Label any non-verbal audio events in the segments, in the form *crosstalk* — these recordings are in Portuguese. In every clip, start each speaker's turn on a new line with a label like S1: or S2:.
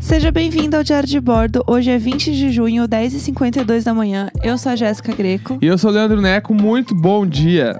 S1: Seja bem-vindo ao Diário de Bordo. Hoje é 20 de junho, 10h52 da manhã. Eu sou a Jéssica Greco.
S2: E eu sou o Leandro Neco, muito bom dia.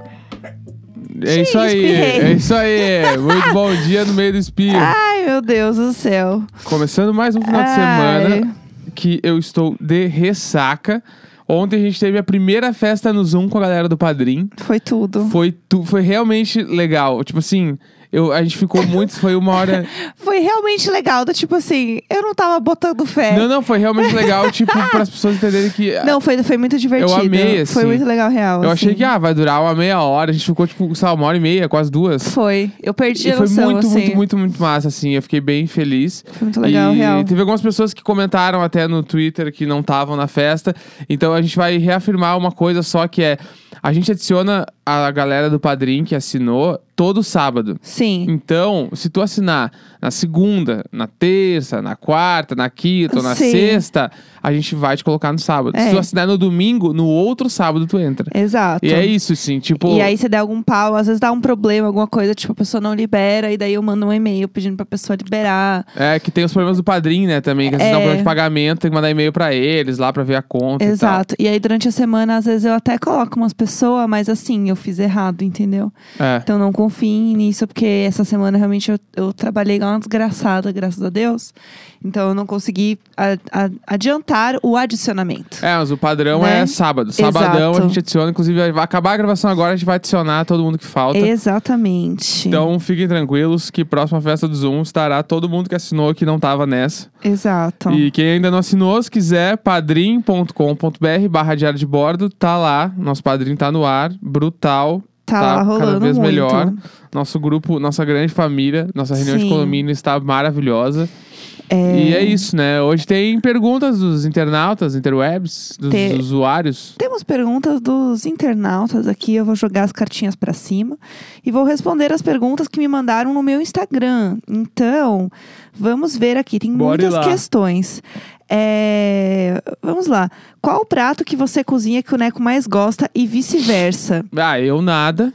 S2: É
S1: Sim,
S2: isso aí,
S1: espirrei.
S2: é isso aí. Muito bom dia no meio do espirro.
S1: Ai, meu Deus do céu.
S2: Começando mais um final de
S1: Ai.
S2: semana que eu estou de ressaca. Ontem a gente teve a primeira festa no Zoom com a galera do Padrim.
S1: Foi tudo.
S2: Foi, tu, foi realmente legal. Tipo assim, eu, a gente ficou muito. Foi
S1: *laughs*
S2: uma hora.
S1: Foi realmente legal, do tipo assim, eu não tava botando fé.
S2: Não, não, foi realmente legal. Tipo, para as pessoas entenderem que.
S1: É. Não, foi, foi muito divertido.
S2: amei,
S1: Foi
S2: assim.
S1: muito legal, real.
S2: eu
S1: assim.
S2: achei que ah, vai durar uma meia hora. A gente ficou, tipo, sei lá, uma hora e meia, quase duas.
S1: Foi. Eu perdi
S2: E
S1: a
S2: foi
S1: noção,
S2: muito,
S1: assim.
S2: muito, muito, muito massa, assim. Eu fiquei bem feliz.
S1: Foi muito legal,
S2: e
S1: real.
S2: teve algumas pessoas que comentaram até no Twitter que não estavam na festa. Então a gente vai reafirmar uma coisa só que é... A gente adiciona a galera do Padrim que assinou todo sábado.
S1: Sim.
S2: Então, se tu assinar na segunda, na terça, na quarta, na quinta ou na
S1: Sim.
S2: sexta, a gente vai te colocar no sábado.
S1: É.
S2: Se tu assinar no domingo, no outro sábado tu entra.
S1: Exato.
S2: E é isso, sim. Tipo,
S1: E aí você der algum pau, às vezes dá um problema, alguma coisa, tipo, a pessoa não libera, e daí eu mando um e-mail pedindo pra pessoa liberar.
S2: É, que tem os problemas do padrinho, né, também. Que às vezes
S1: É.
S2: dá um problema de pagamento, tem que mandar e-mail pra eles lá pra ver a conta
S1: Exato. E aí, durante a semana, às vezes eu até coloco umas pessoas, mas assim, eu fiz errado, entendeu?
S2: e tal. É.
S1: Então não confiem nisso, porque essa semana realmente eu, eu trabalhei igual uma desgraçada, graças a Deus. Então eu não consegui a- a- adiantar o adicionamento.
S2: É, mas o padrão
S1: Né?
S2: é sábado. Sabadão
S1: Exato.
S2: a gente adiciona, inclusive vai acabar a gravação agora, a gente vai adicionar todo mundo que falta.
S1: Exatamente.
S2: Então fiquem tranquilos que próxima festa do Zoom estará todo mundo que assinou que não tava nessa.
S1: Exato.
S2: E quem ainda não assinou, se quiser, padrim.com.br barra diário de bordo, tá lá. Nosso padrinho tá no ar, brutal.
S1: tá, lá rolando
S2: cada vez
S1: muito.
S2: melhor. Nosso grupo, nossa grande família, nossa reunião
S1: Sim.
S2: de condomínio está maravilhosa.
S1: É,
S2: E é isso, né? Hoje tem perguntas dos internautas, interwebs, dos
S1: Te-
S2: usuários.
S1: Temos perguntas dos internautas aqui. Eu vou jogar as cartinhas pra cima e vou responder as perguntas que me mandaram no meu Instagram. Então, vamos ver aqui. Tem
S2: Bora
S1: muitas
S2: lá.
S1: questões. É, Vamos lá. Qual o prato que você cozinha que o Neco mais gosta e vice-versa?
S2: Ah, eu nada.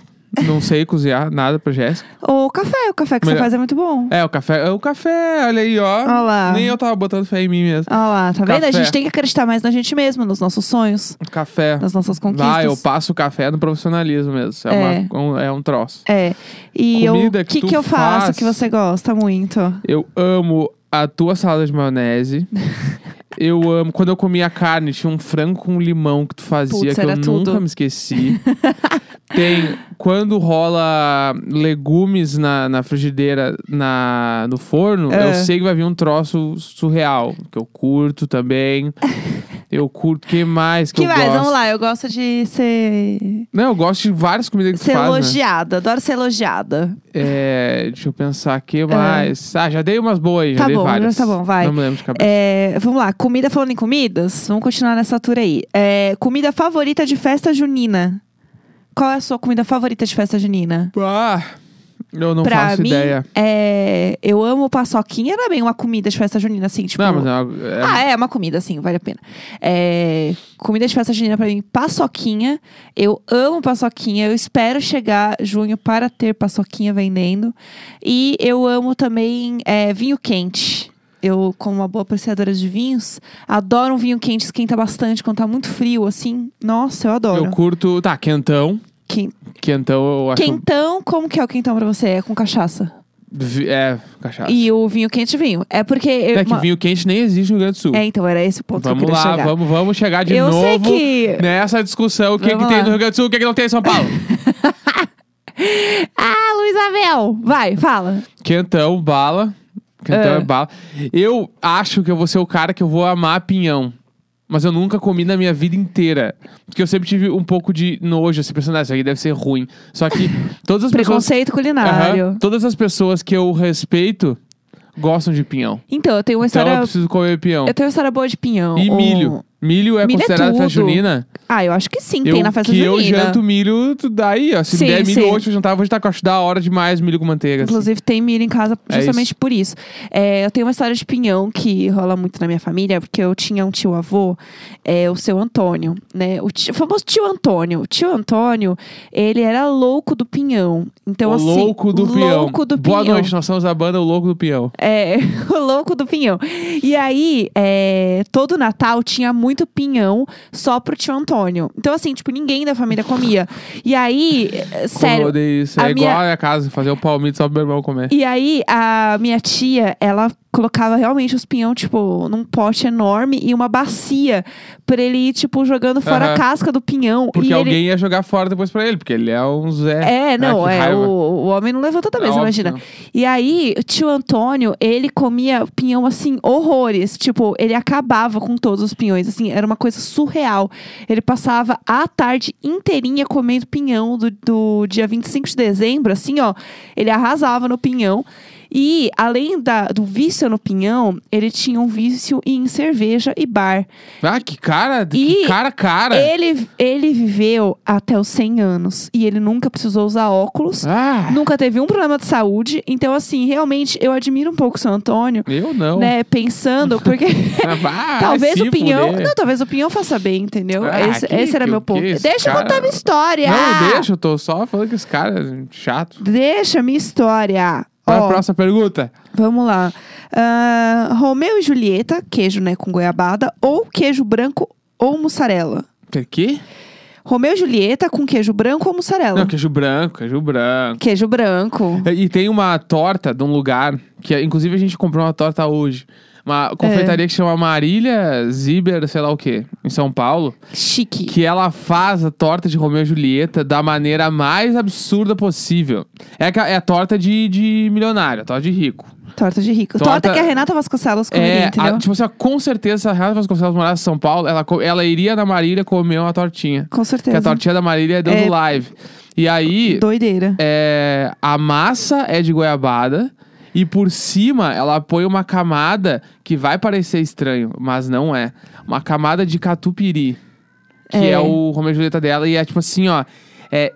S2: Não sei cozinhar nada pra Jéssica.
S1: O café, o café que você
S2: Melhor.
S1: faz é muito bom.
S2: É, o café. é O café, olha aí, ó.
S1: Olha lá.
S2: Nem eu tava botando fé em mim mesmo.
S1: Olha lá, tá vendo? A
S2: Café.
S1: gente tem que acreditar mais na gente mesmo, nos nossos sonhos,
S2: Café.
S1: nas nossas conquistas.
S2: Ah, eu passo o café no profissionalismo mesmo. É,
S1: É.
S2: uma- um, é um troço.
S1: É. E o
S2: Comida que
S1: que,
S2: tu
S1: que eu faço
S2: faz?
S1: que você gosta muito?
S2: Eu amo a tua salada
S1: *laughs*
S2: de maionese. eu amo. Quando eu comia carne, tinha um frango com limão que tu fazia,
S1: Putz,
S2: que
S1: era
S2: eu
S1: tudo.
S2: nunca
S1: *laughs*
S2: me esqueci. Tem quando rola legumes na, na frigideira na, no forno,
S1: É.
S2: eu sei que vai vir um troço surreal, que eu
S1: *laughs*
S2: curto também. eu curto, que mais que,
S1: Que
S2: eu
S1: mais?
S2: gosto?
S1: Vamos lá, eu gosto de ser,
S2: Não, eu gosto de várias comidas que tu
S1: ser
S2: faz, né?
S1: elogiada, adoro ser elogiada.
S2: É, deixa eu pensar aqui mais. Ah, já dei umas boas aí, já
S1: Tá
S2: dei
S1: bom, já
S2: várias.
S1: tá bom, vai.
S2: Não me lembro de cabeça.
S1: É, vamos lá, comida falando em comidas, vamos continuar nessa altura aí. É, comida favorita de festa junina. Qual é a sua comida favorita de festa junina?
S2: Ah, eu não
S1: pra
S2: faço
S1: mim,
S2: ideia.
S1: é, eu amo paçoquinha, não é bem uma comida de festa junina, assim, tipo...
S2: Não, mas não, é,
S1: Ah, é uma comida, sim, vale a pena. É, comida de festa junina pra mim, paçoquinha. Eu amo paçoquinha. Eu espero chegar junho para ter paçoquinha vendendo. E eu amo também é, vinho quente. Eu, como uma boa apreciadora de vinhos, adoro um vinho quente, esquenta bastante quando tá muito frio, assim. Nossa, eu adoro.
S2: eu curto. Tá, quentão.
S1: Quen-
S2: Quentão eu acho.
S1: Quentão, como que é o quentão pra você? É com cachaça.
S2: vi- É, cachaça.
S1: E o vinho quente vinho. É porque. eu-
S2: Até que
S1: uma-
S2: vinho quente nem existe no Rio Grande do Sul.
S1: É, então, era esse o ponto que eu
S2: vamos
S1: queria
S2: lá,
S1: chegar.
S2: vamos, vamos chegar de
S1: eu
S2: novo
S1: sei que.
S2: nessa discussão. O que,
S1: Vamos
S2: que tem
S1: lá.
S2: no Rio Grande do Sul, o que, que não tem em
S1: *laughs*
S2: São Paulo?
S1: Ah, Luísa Mel! Vai, fala.
S2: quentão, bala. Quentão
S1: É.
S2: é. bala. Eu acho que eu vou ser o cara que eu vou amar pinhão. Mas eu nunca comi na minha vida inteira. Porque eu sempre tive um pouco de nojo, assim, pensando, ah, isso aqui deve ser ruim. Só que todas as pessoas.
S1: *laughs* Preconceito culinário.
S2: Aham. todas as pessoas que eu respeito gostam de pinhão.
S1: Então, eu tenho uma
S2: Então
S1: história.
S2: eu preciso comer pinhão.
S1: eu tenho uma história boa de pinhão.
S2: E
S1: Um-
S2: milho. Milho é
S1: Milho é
S2: considerado festa
S1: tudo.
S2: junina?
S1: Ah, eu acho que sim,
S2: eu,
S1: tem na festa
S2: que
S1: junina.
S2: eu janto milho, tu daí, ó. Se
S1: Sim,
S2: me der milho
S1: sim.
S2: hoje pra jantar, eu vou jantar com acho da hora demais milho com manteiga. assim.
S1: Inclusive, tem milho em casa
S2: É
S1: justamente por isso. É, eu tenho uma história de pinhão que rola muito na minha família, porque eu tinha um tio avô, é, o seu Antônio, né? O, ti- o famoso tio Antônio. O tio Antônio, ele era louco do pinhão. Então,
S2: o
S1: assim.
S2: louco do peão.
S1: Louco do
S2: Boa
S1: pinhão.
S2: noite, nós somos a banda O Louco do Peão.
S1: É, *laughs* o louco do pinhão. E aí, é, todo Natal tinha muito pinhão só pro tio Antônio. Então, assim, tipo, ninguém da família comia. E aí, é,
S2: Como eu
S1: sério.
S2: odeio isso.
S1: a
S2: É igual
S1: minha-
S2: a minha casa, fazer o palmito só pro meu irmão comer.
S1: E aí, a minha tia, ela colocava realmente os pinhão, tipo, num pote enorme e uma bacia pra ele ir, tipo, jogando fora
S2: Aham.
S1: a casca do pinhão.
S2: Porque
S1: e ele-
S2: alguém ia jogar fora depois pra ele, porque ele é um Zé.
S1: É, não,
S2: que
S1: é,
S2: raiva.
S1: o, o homem não levanta da
S2: É
S1: mesa,
S2: óbvio,
S1: imagina.
S2: não.
S1: E aí, o tio Antônio, ele comia pinhão, assim, horrores. Tipo, ele acabava com todos os pinhões, assim, era uma coisa surreal. Ele passava a tarde inteirinha comendo pinhão do, do dia 25 de dezembro, assim, ó. Ele arrasava no pinhão. E, além da, do vício no pinhão, ele tinha um vício em cerveja e bar.
S2: Ah, que cara,
S1: E
S2: que cara, cara.
S1: Ele, ele viveu até os 100 anos e ele nunca precisou usar óculos.
S2: Ah,
S1: Nunca teve um problema de saúde. Então, assim, realmente, eu admiro um pouco o São Antônio,
S2: eu não.
S1: né? Pensando, porque
S2: *laughs*
S1: *laughs*
S2: Ah, vai
S1: talvez
S2: se
S1: o pinhão.
S2: fuder.
S1: Não, talvez o pinhão faça bem, entendeu?
S2: Ah,
S1: esse,
S2: que-
S1: esse era
S2: que-
S1: meu ponto.
S2: que esse
S1: Deixa eu
S2: cara-
S1: contar minha história.
S2: Não, deixa, eu tô só falando que esse cara é chato.
S1: Deixa minha história.
S2: Vai
S1: Ó,
S2: é a próxima pergunta.
S1: Vamos lá. Ah, Romeu e Julieta, queijo, né, com goiabada, ou queijo branco ou mussarela?
S2: Quer quê?
S1: Romeu e Julieta com queijo branco ou mussarela?
S2: Não, queijo branco, queijo branco.
S1: Queijo branco.
S2: E e tem uma torta de um lugar, que inclusive a gente comprou uma torta hoje. Uma
S1: É.
S2: confeitaria que chama Marília Ziber, sei lá o quê, em São Paulo.
S1: Chique.
S2: que ela faz a torta de Romeu e Julieta da maneira mais absurda possível. É, aqua- é a torta de, de milionário, a torta de rico.
S1: Torta de rico. Torta,
S2: Torta-
S1: que a Renata Vasconcelos comeria,
S2: é,
S1: entendeu?
S2: a- tipo assim, ó, com certeza, se a Renata Vasconcelos morasse em São Paulo, ela, co- ela iria na Marília comer uma tortinha.
S1: Com
S2: Que
S1: certeza.
S2: a tortinha da Marília é dando
S1: É.
S2: live. E aí,
S1: Doideira.
S2: é, a massa é de goiabada. E por cima ela põe uma camada que vai parecer estranho, mas não é. Uma camada de catupiry. Que
S1: É.
S2: é, o Romeu e Julieta dela. E é tipo assim, ó. É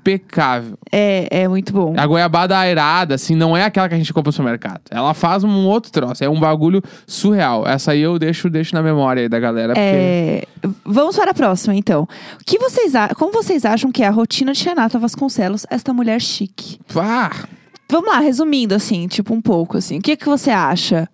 S2: impecável.
S1: É, é muito bom.
S2: A goiabada aerada, assim, não é aquela que a gente compra no supermercado. Ela faz um outro troço. É um bagulho surreal. Essa aí eu deixo, deixo na memória aí da galera. porque-
S1: É, Vamos para a próxima, então. O que vocês a... Como vocês acham que é a rotina de Renata Vasconcelos, esta mulher chique?
S2: Pá!
S1: Vamos lá, resumindo, assim, tipo um pouco, assim. O que, que você acha?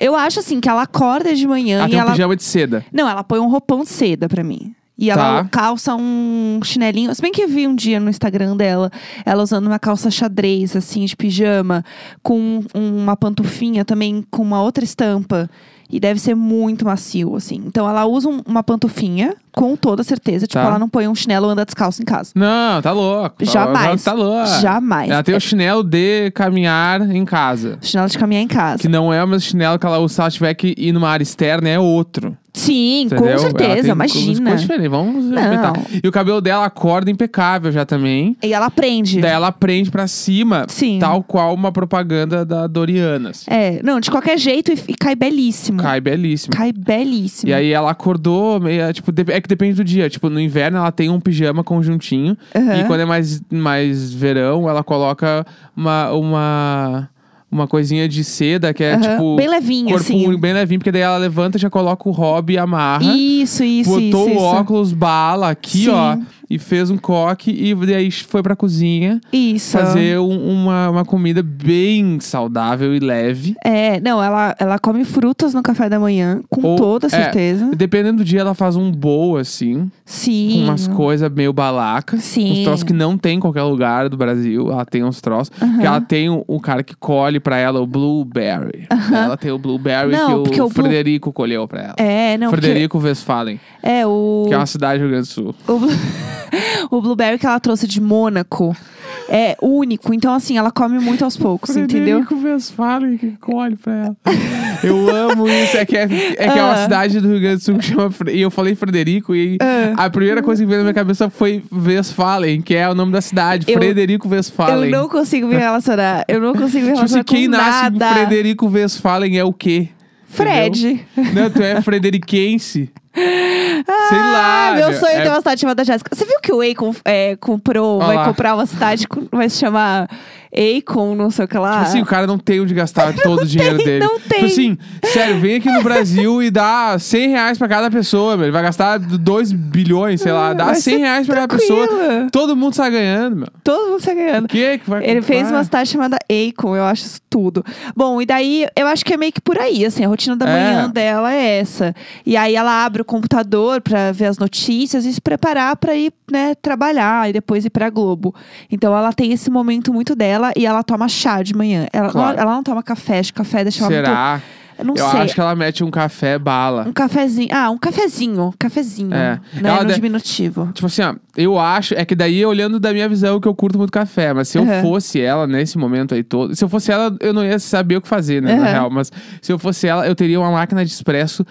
S1: Eu acho, assim, que ela acorda de manhã
S2: ela
S1: e
S2: tem um
S1: ela...
S2: pijama de seda.
S1: Não, ela põe um roupão de seda pra mim. E ela
S2: Tá.
S1: calça um chinelinho. Se bem que eu vi um dia no Instagram dela, ela usando uma calça xadrez, assim, de pijama, com um- uma pantufinha também com uma outra estampa. E deve ser muito macio, assim. Então ela usa um- uma pantufinha, com toda certeza. Tipo,
S2: Tá.
S1: ela não põe um chinelo ou anda descalço em casa.
S2: Não, tá louco. Tá
S1: Jamais.
S2: louco, Tá louco.
S1: Jamais.
S2: Ela tem
S1: É,
S2: o chinelo de caminhar em casa.
S1: Um Chinelo de caminhar em casa.
S2: Que não é o mesmo chinelo que ela usa se ela tiver que ir numa área externa, é outro.
S1: Sim,
S2: entendeu?
S1: com
S2: Ela tem
S1: certeza,
S2: coisas-
S1: imagina.
S2: coisas diferentes, Vamos respeitar. E o cabelo dela acorda impecável já também.
S1: E ela aprende.
S2: Daí ela prende pra cima,
S1: Sim.
S2: tal qual uma propaganda da Dorianas.
S1: É, não, de qualquer jeito e, e cai belíssimo.
S2: Cai belíssimo.
S1: Hum. Cai belíssimo.
S2: E aí ela acordou, meio, tipo, dep- é que depende do dia. Tipo, no inverno ela tem um pijama conjuntinho.
S1: Aham.
S2: E quando é mais, mais verão, ela coloca uma, uma, uma coisinha de seda que é
S1: Aham.
S2: tipo.
S1: bem levinho,
S2: corpo
S1: assim.
S2: bem levinho, porque daí ela levanta, já coloca o hobby, amarra.
S1: Isso, isso, isso.
S2: botou o
S1: isso.
S2: óculos bala aqui,
S1: Sim.
S2: ó. E fez um coque e daí foi pra cozinha
S1: Isso.
S2: fazer um- uma, uma comida bem saudável e leve.
S1: É, não, ela, ela come frutas no café da manhã, com
S2: Ou-
S1: toda
S2: é.
S1: certeza.
S2: Dependendo do dia, ela faz um bowl, assim. com
S1: Sim.
S2: umas coisas meio balacas.
S1: Sim.
S2: Uns troços que não tem em qualquer lugar do Brasil. Ela tem uns troços.
S1: Aham.
S2: Que ela tem o, o cara que colhe pra ela o blueberry. Ela tem o blueberry
S1: Não,
S2: que
S1: porque
S2: o,
S1: o blu-
S2: Frederico colheu pra ela.
S1: É, não, porque,
S2: Frederico Westphalen,
S1: é o,
S2: que é uma cidade do Rio Grande do Sul.
S1: o blu- *laughs* o blueberry que ela trouxe de Mônaco é único, então assim, ela come muito aos poucos, entendeu?
S2: Frederico Westphalen que colhe pra ela. *laughs* eu amo isso. É que é, é que é uma
S1: Ah.
S2: cidade do Rio Grande do Sul que chama. Fre- E eu falei Frederico e
S1: Ah.
S2: a primeira coisa que veio na minha cabeça foi Westphalen, que é o nome da cidade.
S1: Eu-
S2: Frederico Westphalen.
S1: Eu não consigo me relacionar. Eu não consigo me
S2: Tipo assim,
S1: relacionar
S2: quem
S1: com
S2: nasce
S1: nada.
S2: Frederico Westphalen é o quê?
S1: Fred. *laughs*
S2: Entendeu? Não, tu é frederiquense. Sei lá.
S1: Ah, meu
S2: meu,
S1: sonho é
S2: é-
S1: ter uma cidade chamada Jéssica. Você viu que o Akon é, comprou,
S2: Olha
S1: vai
S2: lá.
S1: comprar uma cidade, com- vai se chamar Akon, não sei o que lá.
S2: Tipo assim, o cara não tem onde gastar todo o dinheiro
S1: tem,
S2: dele.
S1: Ah. *laughs* não tem.
S2: Tipo assim, sério, vem aqui no Brasil e dá 100 reais pra cada pessoa, meu. Ele vai gastar 2 bilhões, sei lá. Dá
S1: Ah, Vai
S2: 100
S1: ser
S2: reais pra cada
S1: tranquilo.
S2: pessoa. Todo mundo sai ganhando, meu.
S1: Todo mundo sai ganhando.
S2: O que que vai
S1: Ele
S2: comprar?
S1: fez uma cidade chamada Akon, eu acho isso tudo. Bom, e daí eu acho que é meio que por aí, assim, a rotina da
S2: É.
S1: manhã dela é essa. E aí ela abre o computador pra ver as notícias e se preparar pra ir, né, trabalhar e depois ir pra Globo. Então ela tem esse momento muito dela e ela toma chá de manhã. Ela,
S2: Claro.
S1: não, ela não toma café, acho que café deixa ela muito.
S2: Será?
S1: Eu não
S2: Eu
S1: sei.
S2: acho que ela mete um café bala.
S1: Um cafezinho. Ah, um cafezinho. um Cafezinho.
S2: É.
S1: Né,
S2: Ela
S1: no
S2: de-
S1: diminutivo.
S2: Tipo assim, ó, eu acho. É que daí, olhando da minha visão, que eu curto muito café. Mas se eu
S1: Aham.
S2: fosse ela nesse momento aí todo. Se eu fosse ela, eu não ia saber o que fazer, né? Na
S1: Aham.
S2: real. Mas se eu fosse ela, eu teria uma máquina de expresso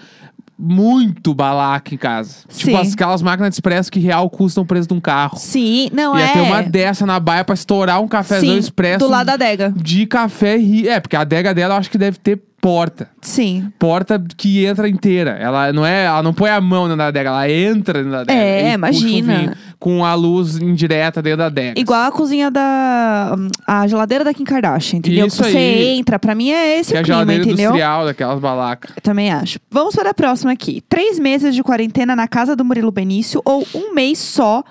S2: muito balaca em casa.
S1: Sim.
S2: Tipo as- aquelas máquinas de expresso que real custam o preço de um carro.
S1: Sim, não
S2: ia
S1: é.
S2: ter uma dessa na baia pra estourar um cafezão
S1: Sim,
S2: expresso
S1: do lado da adega.
S2: de café. ri- É, porque a adega dela eu acho que deve ter porta.
S1: Sim.
S2: porta que entra inteira. Ela não é, ela não põe a mão dentro da adega, ela entra dentro da adega.
S1: É,
S2: e puxa um
S1: imagina.
S2: vinho com a luz indireta dentro da adega.
S1: Igual a cozinha da. hum, A geladeira da Kim Kardashian, entendeu?
S2: Isso
S1: que você
S2: aí.
S1: entra, pra mim é esse
S2: que é
S1: o
S2: a
S1: clima,
S2: geladeira
S1: entendeu?
S2: industrial daquelas balacas.
S1: Eu também acho. Vamos para a próxima aqui. Três meses de quarentena na casa do Murilo Benício ou um mês só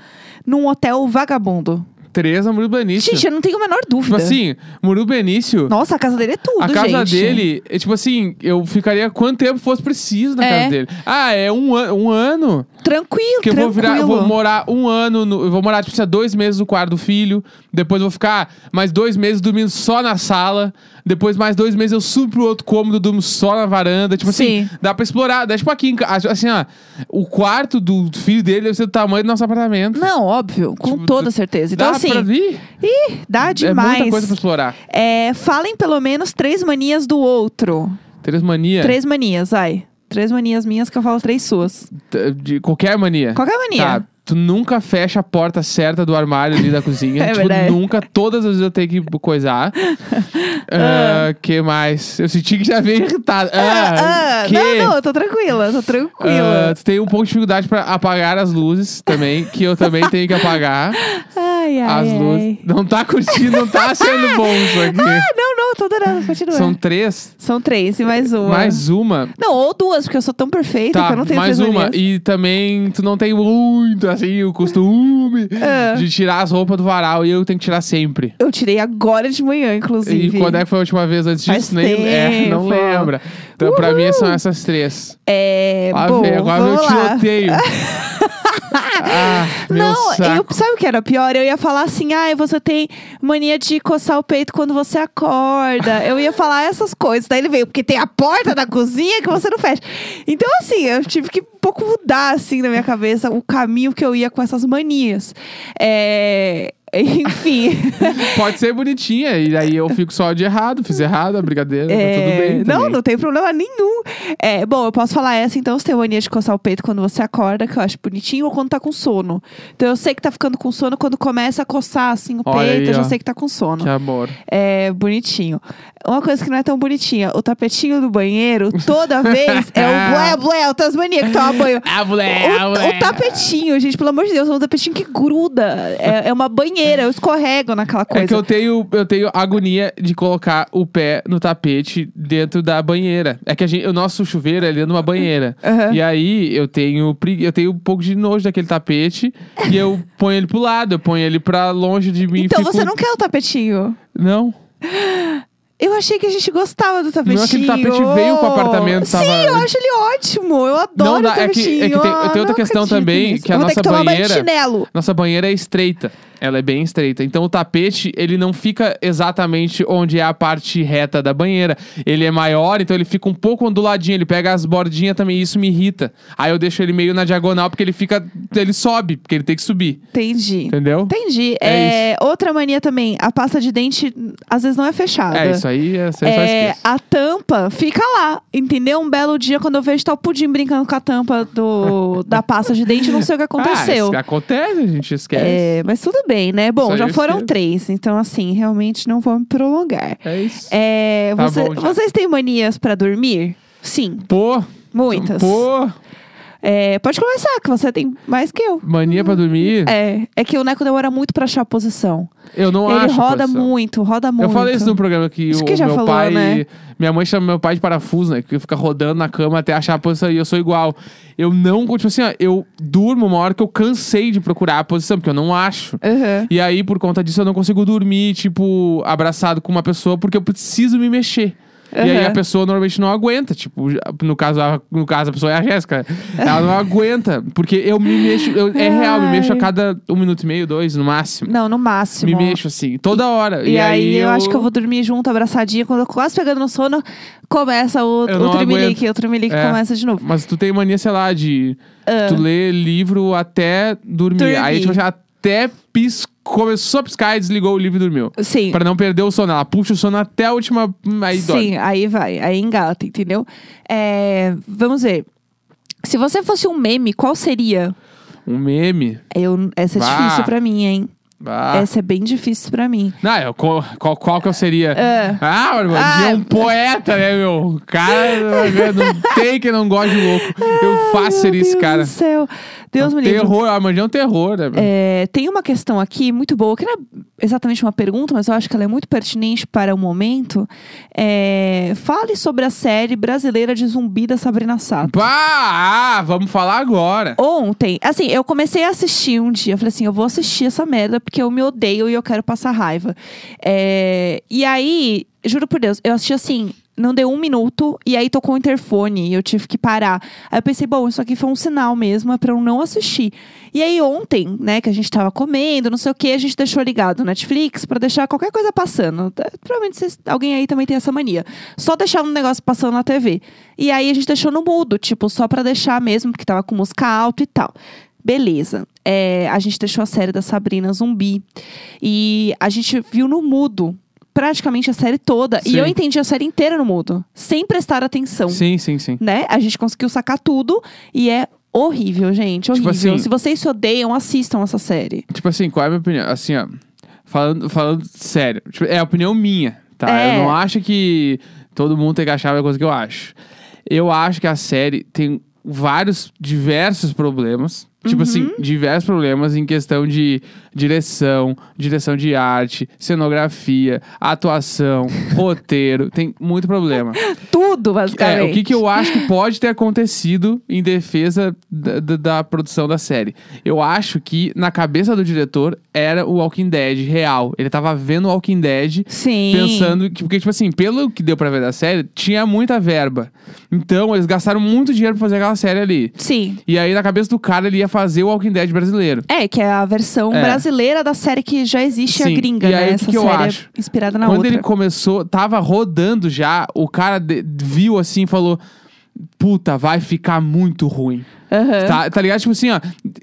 S1: num hotel vagabundo.
S2: Tereza Murilo Benício.
S1: Gente, eu não tenho a menor
S2: tipo
S1: dúvida.
S2: assim, Murilo Benício,
S1: Nossa, a casa dele é tudo,
S2: a casa
S1: gente.
S2: dele, é, tipo assim, eu ficaria quanto tempo fosse preciso na
S1: É.
S2: casa dele. Ah, é um, an um ano?
S1: Tranquilo,
S2: Que eu
S1: tranquilo.
S2: vou virar, eu vou morar um ano, no- eu vou morar, tipo, assim, dois meses no quarto do filho, depois eu vou ficar mais dois meses dormindo só na sala, depois mais dois meses eu subo pro outro cômodo, durmo só na varanda, tipo
S1: Sim.
S2: assim, dá pra explorar, dá tipo aqui, em ca- assim, ó, o quarto do filho dele deve ser do tamanho do nosso apartamento.
S1: Não, óbvio, com
S2: Tipo,
S1: toda certeza. Então,
S2: dá
S1: assim,
S2: pra vir?
S1: ih, dá
S2: É muita coisa
S1: demais.
S2: pra explorar.
S1: É, falem pelo menos três manias do outro.
S2: Três mania.
S1: Três manias, vai. Três manias minhas que eu falo três suas.
S2: T- De qualquer mania.
S1: Qualquer mania.
S2: Tá. Tu nunca fecha a porta certa do armário ali da cozinha.
S1: *laughs* É
S2: tipo,
S1: verdade.
S2: nunca. Todas as vezes eu tenho que
S1: *laughs*
S2: coisar. Ah, que mais? Eu senti que já veio irritado. Ah,
S1: Ah, ah,
S2: que...
S1: Não, não, eu tô tranquila, eu tô
S2: Ah,
S1: tranquila.
S2: tu tem um pouco de dificuldade pra apagar as luzes também, que eu também tenho que
S1: *laughs*
S2: apagar
S1: ai, ai,
S2: Ah, as luzes.
S1: ai.
S2: Não tá curtindo, não tá sendo bom isso
S1: Ah,
S2: aqui.
S1: *laughs* não, não, tô adorando, continua.
S2: São
S1: São,
S2: três,
S1: três e mais uma.
S2: mais uma.
S1: Não, ou duas, porque eu sou tão perfeita que
S2: Tá,
S1: eu não tenho
S2: mais
S1: três
S2: uma.
S1: manias.
S2: E também tu não tem muito, assim, o costume
S1: *laughs* Ah.
S2: de tirar as roupas do varal. E eu tenho que tirar sempre.
S1: Eu tirei agora de manhã, inclusive.
S2: E quando é que foi a última vez antes
S1: Faz
S2: disso? Nem, é, não
S1: tempo.
S2: lembra. Então, pra mim, são essas três.
S1: É,
S2: Lá
S1: bom,
S2: vem, agora
S1: vamos
S2: eu
S1: lá. *laughs*
S2: tiroteio. ah, meu
S1: Não, *laughs* eu,
S2: saco.
S1: sabe o que era pior? Eu ia falar assim, ah, você tem mania de coçar o peito quando você acorda. Eu ia falar essas coisas. Daí ele veio, porque tem a porta da cozinha que você não fecha. Então, assim, eu tive que um pouco mudar, assim, na minha cabeça o caminho que eu ia com essas manias. É, *laughs* Enfim.
S2: Pode ser bonitinha. E aí eu fico só de errado. Fiz errado a brincadeira.
S1: É,
S2: Tá tudo bem.
S1: não,
S2: também.
S1: não tem problema nenhum. É, bom, eu posso falar essa, então, você tem mania de coçar o peito quando você acorda, que eu acho bonitinho, ou quando tá com sono. Então eu sei que tá ficando com sono quando começa a coçar assim o
S2: Olha
S1: peito,
S2: aí,
S1: eu já
S2: ó.
S1: sei que tá com sono.
S2: Que amor.
S1: É bonitinho. Uma coisa que não é tão bonitinha, o tapetinho do banheiro, toda vez é o
S2: *laughs*
S1: blé, blé, o Tasmania que toma banho.
S2: Ah, moleque. ah,
S1: O,
S2: moleque.
S1: o tapetinho, gente, pelo amor de Deus, é um tapetinho que gruda. É, é uma banheira, eu escorrego naquela coisa.
S2: É que eu tenho, eu tenho agonia de colocar o pé no tapete dentro da banheira. É que a gente, o nosso chuveiro é dentro de uma banheira.
S1: Uhum. Aham.
S2: E aí eu tenho, pregui- eu tenho um pouco de nojo daquele tapete e eu ponho ele pro lado, eu ponho ele pra longe de mim. e
S1: Então
S2: fico-
S1: você não quer o tapetinho?
S2: Não.
S1: Eu achei que a gente gostava do tapetinho.
S2: Não, aquele tapete veio com o apartamento,
S1: Sim,
S2: tava-
S1: eu acho ele ótimo. Eu adoro
S2: Não dá-
S1: o
S2: é que-
S1: tapetinho.
S2: é que tem- tem
S1: Ah,
S2: outra
S1: não
S2: questão
S1: acredito
S2: também,
S1: nisso.
S2: que a
S1: Vou ter
S2: nossa
S1: que tomar banho de
S2: banheira-
S1: chinelo.
S2: Nossa banheira é estreita. Ela é bem estreita. Então o tapete, ele não fica exatamente onde é a parte reta da banheira. Ele é maior, então ele fica um pouco onduladinho. Ele pega as bordinhas também, e isso me irrita. Aí eu deixo ele meio na diagonal, porque ele fica. Ele sobe, porque ele tem que subir.
S1: Entendi.
S2: Entendeu?
S1: Entendi.
S2: É
S1: É, outra mania também, a pasta de dente às vezes não é fechada.
S2: É, isso aí é, você só
S1: É,
S2: esquece.
S1: a tampa fica lá, entendeu? Um belo dia, quando eu vejo tal pudim brincando com a tampa
S2: *laughs*
S1: do, da pasta de dente, eu não sei o que
S2: Ah,
S1: aconteceu.
S2: isso acontece, a gente esquece.
S1: É, mas tudo bem, né? Bom,
S2: aí
S1: já
S2: eu
S1: foram
S2: esqueço.
S1: três, então assim, realmente não vou me prolongar.
S2: É, isso.
S1: É,
S2: Tá
S1: você-
S2: bom já.
S1: vocês têm manias pra dormir? Sim,
S2: Pô,
S1: muitas.
S2: pô,
S1: É, pode começar, que você tem mais que eu.
S2: Mania pra dormir?
S1: É, é que o Neco demora muito pra achar a posição.
S2: Eu não
S1: Ele
S2: acho.
S1: roda
S2: posição.
S1: muito, roda muito.
S2: Eu falei isso no programa que
S1: Isso
S2: o
S1: que já
S2: meu
S1: falou,
S2: pai.
S1: né?
S2: Minha mãe chama meu pai de parafuso, né? Que fica rodando na cama até achar a posição e eu sou igual. Eu não. Tipo assim, ó, eu durmo uma hora que eu cansei de procurar a posição, porque eu não acho.
S1: Aham.
S2: E aí, por conta disso, eu não consigo dormir, tipo, abraçado com uma pessoa, porque eu preciso me mexer. E aí
S1: Aham.
S2: a pessoa normalmente não aguenta, tipo, no caso, a, no caso a pessoa é a Jéssica. Ela não aguenta, porque eu me mexo, eu- é real, me
S1: Ai.
S2: mexo a cada um minuto e meio, dois, no máximo.
S1: Não, no máximo.
S2: Me mexo assim, toda hora.
S1: E, aí, eu... acho que eu vou dormir junto, abraçadinha. Quando eu quase pegando no sono, começa o,
S2: Eu não
S1: o trimelique. O trimelique
S2: É.
S1: começa de novo.
S2: Mas tu tem mania, sei lá, de tu ler livro até dormir.
S1: Ah. Dormir.
S2: Aí, tipo, já até pis... começou a piscar e desligou o livro e dormiu.
S1: Sim.
S2: Pra não perder o sono. Ela puxa o sono até a última. hum, Aí dorme.
S1: Sim, aí vai. Aí engata, entendeu? É, vamos ver. Se você fosse um meme, qual seria?
S2: Um meme.
S1: Eu, essa é
S2: Bah.
S1: difícil pra mim, hein?
S2: Ah.
S1: Essa é bem difícil pra mim.
S2: Não, eu, qual, qual, qual que eu seria?
S1: É.
S2: Ah, meu irmão,
S1: Ah.
S2: é um poeta, né, meu? O Cara, não tem quem não goste de louco. Eu faço
S1: Ai, Ah, meu
S2: seria esse
S1: Deus
S2: cara.
S1: do céu. Deus me livre.
S2: Terror, a Amandinha é um terror, né? meu?
S1: É, tem uma questão aqui muito boa, que não é exatamente uma pergunta, mas eu acho que ela é muito pertinente para o momento. É, fale sobre a série brasileira de zumbi da Sabrina Sato.
S2: Pá, ah, vamos falar agora.
S1: Ontem, assim, eu comecei a assistir um dia. Eu falei assim: eu vou assistir essa merda porque eu me odeio e eu quero passar raiva. É, e aí, juro por Deus, eu assisti assim. Não deu um minuto e aí tocou o interfone e eu tive que parar. Aí eu pensei, bom, isso aqui foi um sinal mesmo, é pra eu não assistir. E aí ontem, né, que a gente tava comendo, não sei o que, a gente deixou ligado o Netflix pra deixar qualquer coisa passando. Tá, Provavelmente vocês- alguém aí também tem essa mania. Só deixar um negócio passando na TV. E aí a gente deixou no mudo, tipo, só pra deixar mesmo, porque tava com música alta e tal. Beleza. É, a gente deixou a série da Sabrina Zumbi. E a gente viu no mudo praticamente a série toda. E
S2: Sim.
S1: eu entendi a série inteira no mudo, sem prestar atenção.
S2: Sim, sim, sim.
S1: Né? A gente conseguiu sacar tudo e é horrível, gente.
S2: Tipo
S1: Horrível.
S2: assim-
S1: Se vocês se odeiam, assistam essa série.
S2: Tipo assim, qual é a minha opinião? Assim, ó. Falando, falando sério. tipo, é a opinião minha, tá?
S1: É.
S2: Eu não acho que todo mundo tem que achar a mesma coisa que eu acho. Eu acho que a série tem vários, diversos problemas. Tipo assim, diversos problemas em questão de direção, direção de arte, cenografia, atuação, *laughs* roteiro. Tem muito problema.
S1: Tudo,
S2: É,
S1: basicamente.
S2: o que, que eu acho que pode ter acontecido em defesa da, da- da produção da série? Eu acho que na cabeça do diretor era o Walking Dead real. Ele tava vendo o Walking Dead.
S1: Sim.
S2: Pensando que, porque, tipo assim, pelo que deu pra ver da série, tinha muita verba. Então, eles gastaram muito dinheiro pra fazer aquela série ali.
S1: Sim.
S2: E aí, na cabeça do cara, ele ia fazer o Walking Dead brasileiro.
S1: É, que é a versão
S2: É.
S1: brasileira da série que já existe a
S2: Sim.
S1: gringa,
S2: E
S1: né?
S2: aí, o que
S1: Essa
S2: que eu
S1: série é
S2: acho?
S1: inspirada na
S2: Quando
S1: outra.
S2: ele começou, tava rodando já, o cara de- viu assim e falou: Puta, vai ficar muito ruim.
S1: Aham.
S2: Tá, tá ligado? Tipo assim, ó,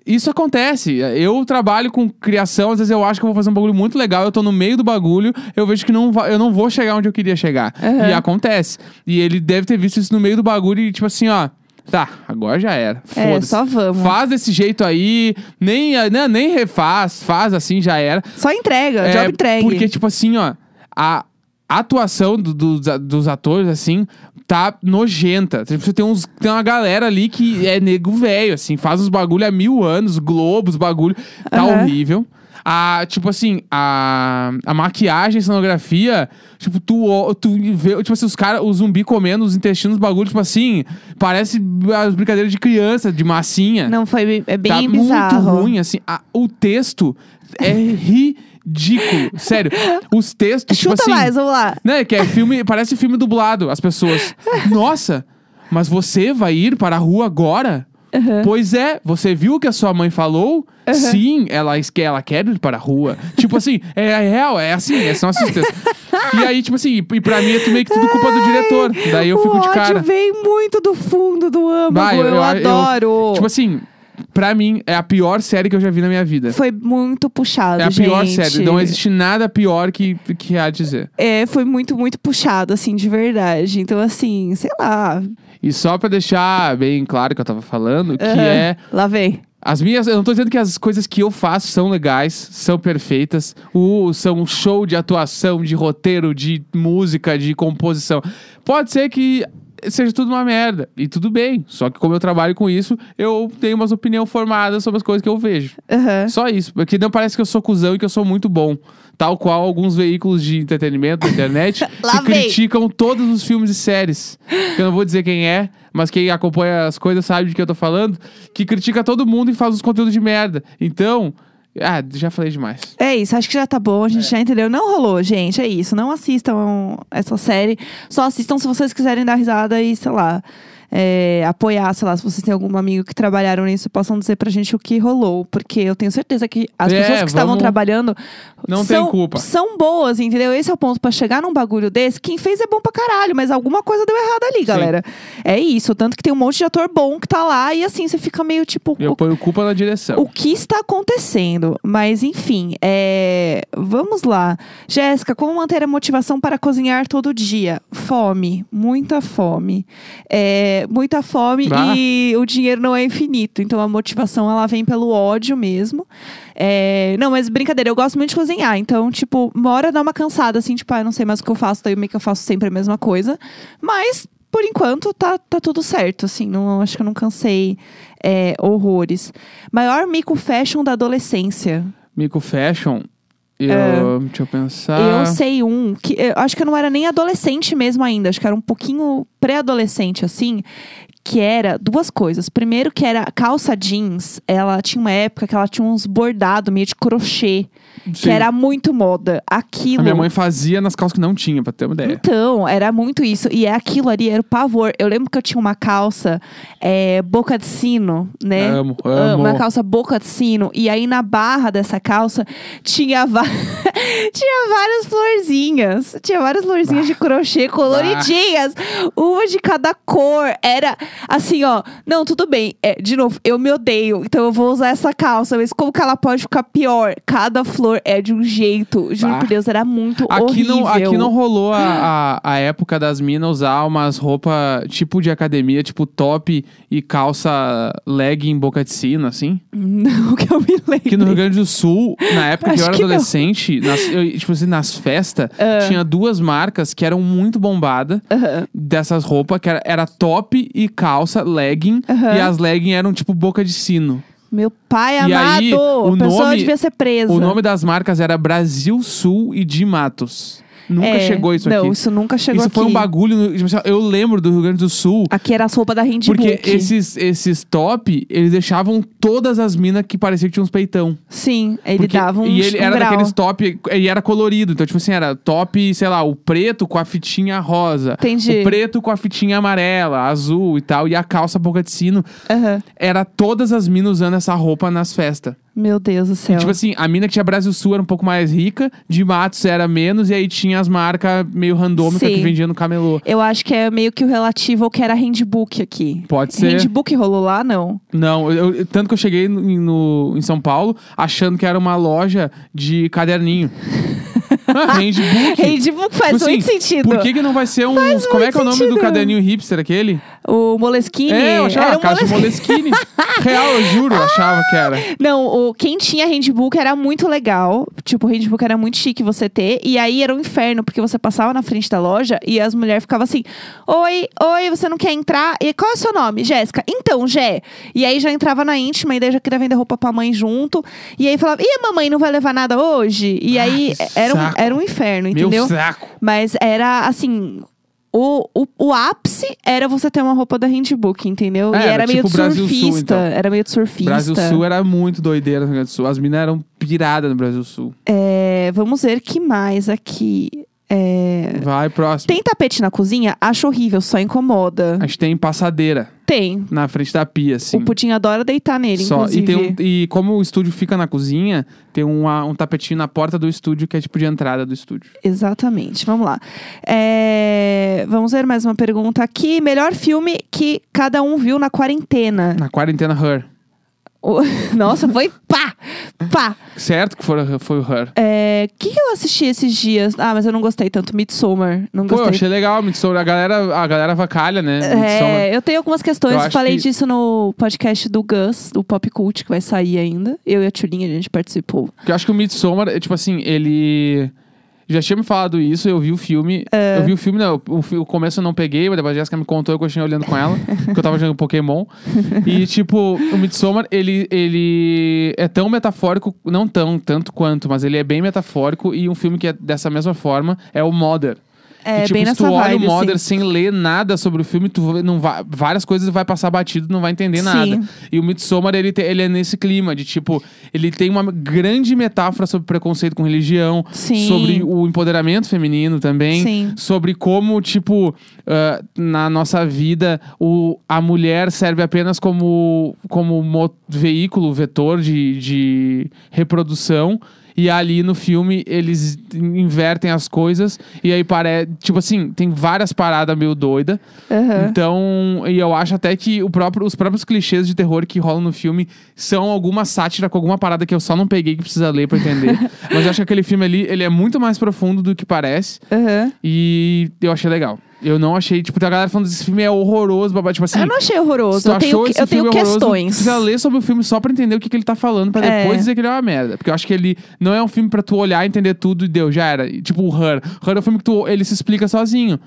S2: isso acontece. Eu trabalho com criação, às vezes eu acho que eu vou fazer um bagulho muito legal, eu tô no meio do bagulho, eu vejo que não, va- eu não vou chegar onde eu queria chegar.
S1: Aham.
S2: E acontece. E ele deve ter visto isso no meio do bagulho e, tipo assim, ó. Tá, agora já era.
S1: É,
S2: Foda-se.
S1: só vamos.
S2: Faz desse jeito aí, nem, né, nem refaz, faz assim, já era.
S1: Só entrega,
S2: É,
S1: job entregue.
S2: Porque, tipo assim, ó, a atuação do- dos a- dos atores, assim, tá nojenta. Tipo, Você tem, uns, tem uma galera ali que é nego velho, assim, faz uns bagulho há mil anos, globos, bagulho. Tá
S1: Aham.
S2: horrível. A, tipo assim, a, a maquiagem, a cenografia, tipo, tu, ó- tu vê, tipo assim, os caras, o zumbi comendo os intestinos, bagulho, tipo assim, parece as brincadeiras de criança, de massinha
S1: Não, foi bem- é bem
S2: tá
S1: bizarro.
S2: muito ruim, assim. A- o texto é
S1: *laughs*
S2: ridículo. Sério. Os textos,
S1: Chuta
S2: tipo assim...
S1: mais, um. vamos lá.
S2: Né, que é filme... Parece filme dublado,
S1: *laughs*
S2: as pessoas. Nossa, mas você vai ir para a rua agora? Pois é, você viu o que a sua mãe falou? Sim, ela, es- que ela quer ir para a rua. tipo assim, é real, é assim, é são esses textos. E aí, tipo assim, e pra mim é tu- meio que tudo culpa do diretor. Daí eu
S1: o
S2: fico de
S1: ódio
S2: cara.
S1: vem muito do fundo do âmago,
S2: Bah,
S1: eu, adoro.
S2: tipo assim, pra mim, é a pior série que eu já vi na minha vida.
S1: foi muito puxado,
S2: É a pior
S1: gente.
S2: série. Não existe nada pior que, que há a dizer.
S1: É, foi muito, muito puxado, assim, de verdade. Então, assim, sei lá.
S2: E só pra deixar bem claro o que eu tava falando, que
S1: Aham.
S2: é.
S1: Lá vem.
S2: As minhas. Eu não tô dizendo que as coisas que eu faço são legais, são perfeitas, o, são um show de atuação, de roteiro, de música, de composição. Pode ser que seja tudo uma merda. E tudo bem. Só que como eu trabalho com isso, eu tenho umas opiniões formadas sobre as coisas que eu vejo.
S1: Aham.
S2: Só isso. Porque não parece que eu sou cuzão e que eu sou muito bom. Tal qual alguns veículos de entretenimento da
S1: *laughs*
S2: internet
S1: Lá
S2: que
S1: vem.
S2: criticam todos os filmes e séries. Que eu não vou dizer quem é, mas quem acompanha as coisas sabe de que eu tô falando. Que critica todo mundo e faz os conteúdos de merda. Então, ah, já falei demais.
S1: É isso, acho que já tá bom, a gente já entendeu. Não rolou, gente, é isso. Não assistam essa série. Só assistam se vocês quiserem dar risada e, sei lá, é, apoiar, sei lá, se vocês têm algum amigo que trabalharam nisso, possam dizer pra gente o que rolou. Porque eu tenho certeza que as
S2: É,
S1: pessoas que estavam
S2: vamos-
S1: trabalhando
S2: Não tem
S1: são,
S2: culpa.
S1: são boas, entendeu? Esse é o ponto pra chegar num bagulho desse. Quem fez é bom pra caralho, mas alguma coisa deu errado ali, galera. É isso, tanto que tem um monte de ator bom que tá lá e assim, você fica meio tipo.
S2: Eu
S1: o
S2: ponho culpa na direção.
S1: o que está acontecendo? Mas enfim, é, vamos lá. Jéssica, como manter a motivação para cozinhar todo dia? Fome, muita fome. É, muita fome
S2: Bah.
S1: e o dinheiro não é infinito, então a motivação ela vem pelo ódio mesmo. É, não, mas brincadeira, eu gosto muito de cozinhar, então tipo, uma hora dá uma cansada assim, tipo, ah, eu não sei mais o que eu faço, daí meio que eu faço sempre a mesma coisa, mas por enquanto tá, tá tudo certo, assim, não acho que eu não cansei é, horrores. Maior mico fashion da adolescência.
S2: Mico Fashion, eu,
S1: É.
S2: deixa eu pensar.
S1: Eu sei um que eu acho que eu não era nem adolescente mesmo ainda, acho que era um pouquinho pré-adolescente assim, que era duas coisas. Primeiro que era calça jeans, ela tinha uma época que ela tinha uns bordados meio de crochê, que
S2: Sim.
S1: era muito moda. Aquilo
S2: A minha mãe é. fazia nas calças que não tinha, pra ter uma ideia.
S1: Então, era muito isso. E é aquilo ali, era o pavor. Eu lembro que eu tinha uma calça é, boca de sino, né?
S2: Amo,
S1: Ah,
S2: amo.
S1: Uma calça boca de sino. E aí na barra dessa calça tinha, va- *laughs* tinha várias florzinhas. Tinha várias florzinhas de crochê coloridinhas. Uma de cada cor. Era assim, ó. Não, tudo bem. É, de novo, eu me odeio. Então eu vou usar essa calça. Mas como que ela pode ficar pior? Cada flor é de um jeito. Juro
S2: Bah.
S1: por Deus, era muito
S2: Aqui
S1: Tipo, horrível.
S2: não, aqui não rolou a, a, a época das minas usar umas roupas tipo de academia, tipo top e calça legging boca de sino, assim.
S1: *laughs* Não, que eu me lembro.
S2: Aqui no Rio Grande do Sul, na época que
S1: Acho
S2: eu era
S1: que não. Ah.
S2: adolescente, nas- eu- tipo assim, nas festas, tinha duas marcas que eram muito bombadas dessas roupas, que era, era top e calça, legging,
S1: Aham.
S2: e as legging eram tipo boca de sino.
S1: Meu pai
S2: E
S1: amado!
S2: aí, o
S1: a pessoa
S2: nome-
S1: devia ser presa.
S2: O nome das marcas era Brasil Sul e de Matos. Nunca
S1: É,
S2: chegou isso
S1: não,
S2: aqui.
S1: isso nunca chegou
S2: Isso
S1: aqui.
S2: foi um bagulho. no- tipo assim, Eu lembro do Rio Grande do Sul.
S1: Aqui era a sopa da Handbook.
S2: Porque esses, esses top, eles deixavam todas as minas que parecia que tinha uns peitão.
S1: Sim, ele
S2: Porque-
S1: dava um
S2: E ele
S1: um
S2: era
S1: grau.
S2: daqueles top, e era colorido. Então, tipo assim, era top, sei lá, o preto com a fitinha rosa.
S1: Entendi.
S2: O preto com a fitinha amarela, azul e tal. E a calça boca de sino.
S1: Aham.
S2: Era todas as minas usando essa roupa nas festas.
S1: Meu Deus do céu.
S2: Tipo assim, a mina que tinha Brasil Sul era um pouco mais rica, de Matos era menos, e aí tinha as marcas meio randômicas
S1: Sim.
S2: que vendia no camelô.
S1: Eu acho que é meio que o relativo ao que era Handbook aqui.
S2: Pode ser.
S1: Handbook rolou lá, não?
S2: Não, eu- eu- tanto que eu cheguei no, em- no- em São Paulo achando que era uma loja de
S1: *laughs*
S2: caderninho. Ah, Handbook.
S1: Handbook faz
S2: Tipo assim,
S1: muito sentido.
S2: Por que, que não vai ser um. Como é que é
S1: muito
S2: o nome do
S1: sentido.
S2: caderninho hipster aquele?
S1: O Moleskine
S2: é, eu achava
S1: era um Ah,
S2: a casa
S1: Moleskine.
S2: de Moleskine. Real, eu juro, eu achava que era.
S1: Não, o, quem tinha handbook era muito legal. Tipo, o handbook era muito chique você ter. E aí era um inferno, porque você passava na frente da loja e as mulheres ficavam assim: Oi, oi, você não quer entrar? E qual é o seu nome? Jéssica. Então, Jé. E aí já entrava na íntima, e daí já queria vender roupa pra mãe junto. E aí falava: E a mamãe não vai levar nada hoje? E aí
S2: Ah, que
S1: era um,
S2: saco.
S1: era um inferno,
S2: Meu
S1: entendeu?
S2: saco.
S1: Mas era assim. O, o, o ápice era você ter uma roupa da Handbook, entendeu?
S2: É,
S1: e
S2: era
S1: era meio
S2: tipo
S1: de
S2: Brasil Sul,
S1: surfista.
S2: então.
S1: Era meio de surfista.
S2: Brasil Sul era muito doideira no Rio Grande do Sul. As minas eram piradas no Brasil Sul.
S1: É, vamos ver que mais aqui. É,
S2: Vai, próximo.
S1: Tem tapete na cozinha? Acho horrível, só incomoda.
S2: A gente tem passadeira
S1: Tem.
S2: na frente da pia, assim.
S1: O Pudim adora deitar nele,
S2: Só. E,
S1: inclusive.
S2: tem um- e como o estúdio fica na cozinha, tem uma- um tapetinho na porta do estúdio que é tipo de entrada do estúdio.
S1: Exatamente, vamos lá. É, Vamos ver mais uma pergunta aqui. Melhor filme que cada um viu na quarentena?
S2: Na quarentena, Her.
S1: *laughs* O- Nossa, foi pá! Pá!
S2: Certo que foi, foi o Her.
S1: É, O que, que eu assisti esses dias? Ah, mas eu não gostei tanto. Midsommar. Não
S2: Pô, eu
S1: gostei
S2: achei legal, Midsommar. A galera, a galera vacalha, né? Midsommar.
S1: É, eu tenho algumas
S2: Eu
S1: questões.
S2: acho
S1: Falei
S2: que-
S1: disso no podcast do Gus, do Pop Cult, que vai sair ainda. Eu e a Tulinha, a gente participou.
S2: Porque eu acho que o Midsommar, é, tipo assim, ele. Já tinha me falado isso, eu vi o filme. Eu vi o filme, não, o, fi- o começo eu não peguei, mas depois a Jéssica me contou, eu continuei olhando com ela, porque eu tava jogando Pokémon. E, tipo, o Midsommar, ele, ele é tão metafórico, não tão, tanto quanto, mas ele é bem metafórico. E um filme que é dessa mesma forma é o Mother.
S1: É,
S2: que, tipo,
S1: bem
S2: se tu
S1: nessa
S2: olha
S1: vibe,
S2: o Mother
S1: assim.
S2: sem ler nada sobre o filme, tu vai- não vai, várias coisas vai passar batido, não vai entender
S1: Sim.
S2: nada. E o Midsommar, ele, te- ele é nesse clima de tipo, ele tem uma grande metáfora sobre preconceito com religião,
S1: Sim.
S2: sobre o empoderamento feminino também,
S1: Sim.
S2: sobre como, tipo, ah, na nossa vida, o, a mulher serve apenas como, como mo- veículo, vetor de, de reprodução. E ali no filme eles invertem as coisas. E aí parece. Tipo assim, tem várias paradas meio doida.
S1: Aham.
S2: Então, e eu acho até que o próprio, os próprios clichês de terror que rolam no filme são alguma sátira com alguma parada que eu só não peguei que precisa ler pra entender. Mas eu acho que aquele filme ali, ele é muito mais profundo do que parece.
S1: aham.
S2: E eu achei legal. Eu não achei, tipo, tem a galera falando que esse filme é horroroso, babá. Tipo assim,
S1: Eu não achei
S2: se
S1: horroroso.
S2: tu
S1: Eu tenho,
S2: achou
S1: que-
S2: esse
S1: eu tenho
S2: filme horroroso, tu
S1: questões.
S2: precisa ler sobre o filme só pra entender o que, que ele tá falando, pra
S1: É.
S2: depois dizer que ele é uma merda. Porque eu acho que ele não é um filme pra tu olhar, entender tudo e deu, já era. E, Tipo o Her. Her é um filme que tu, ele se explica sozinho.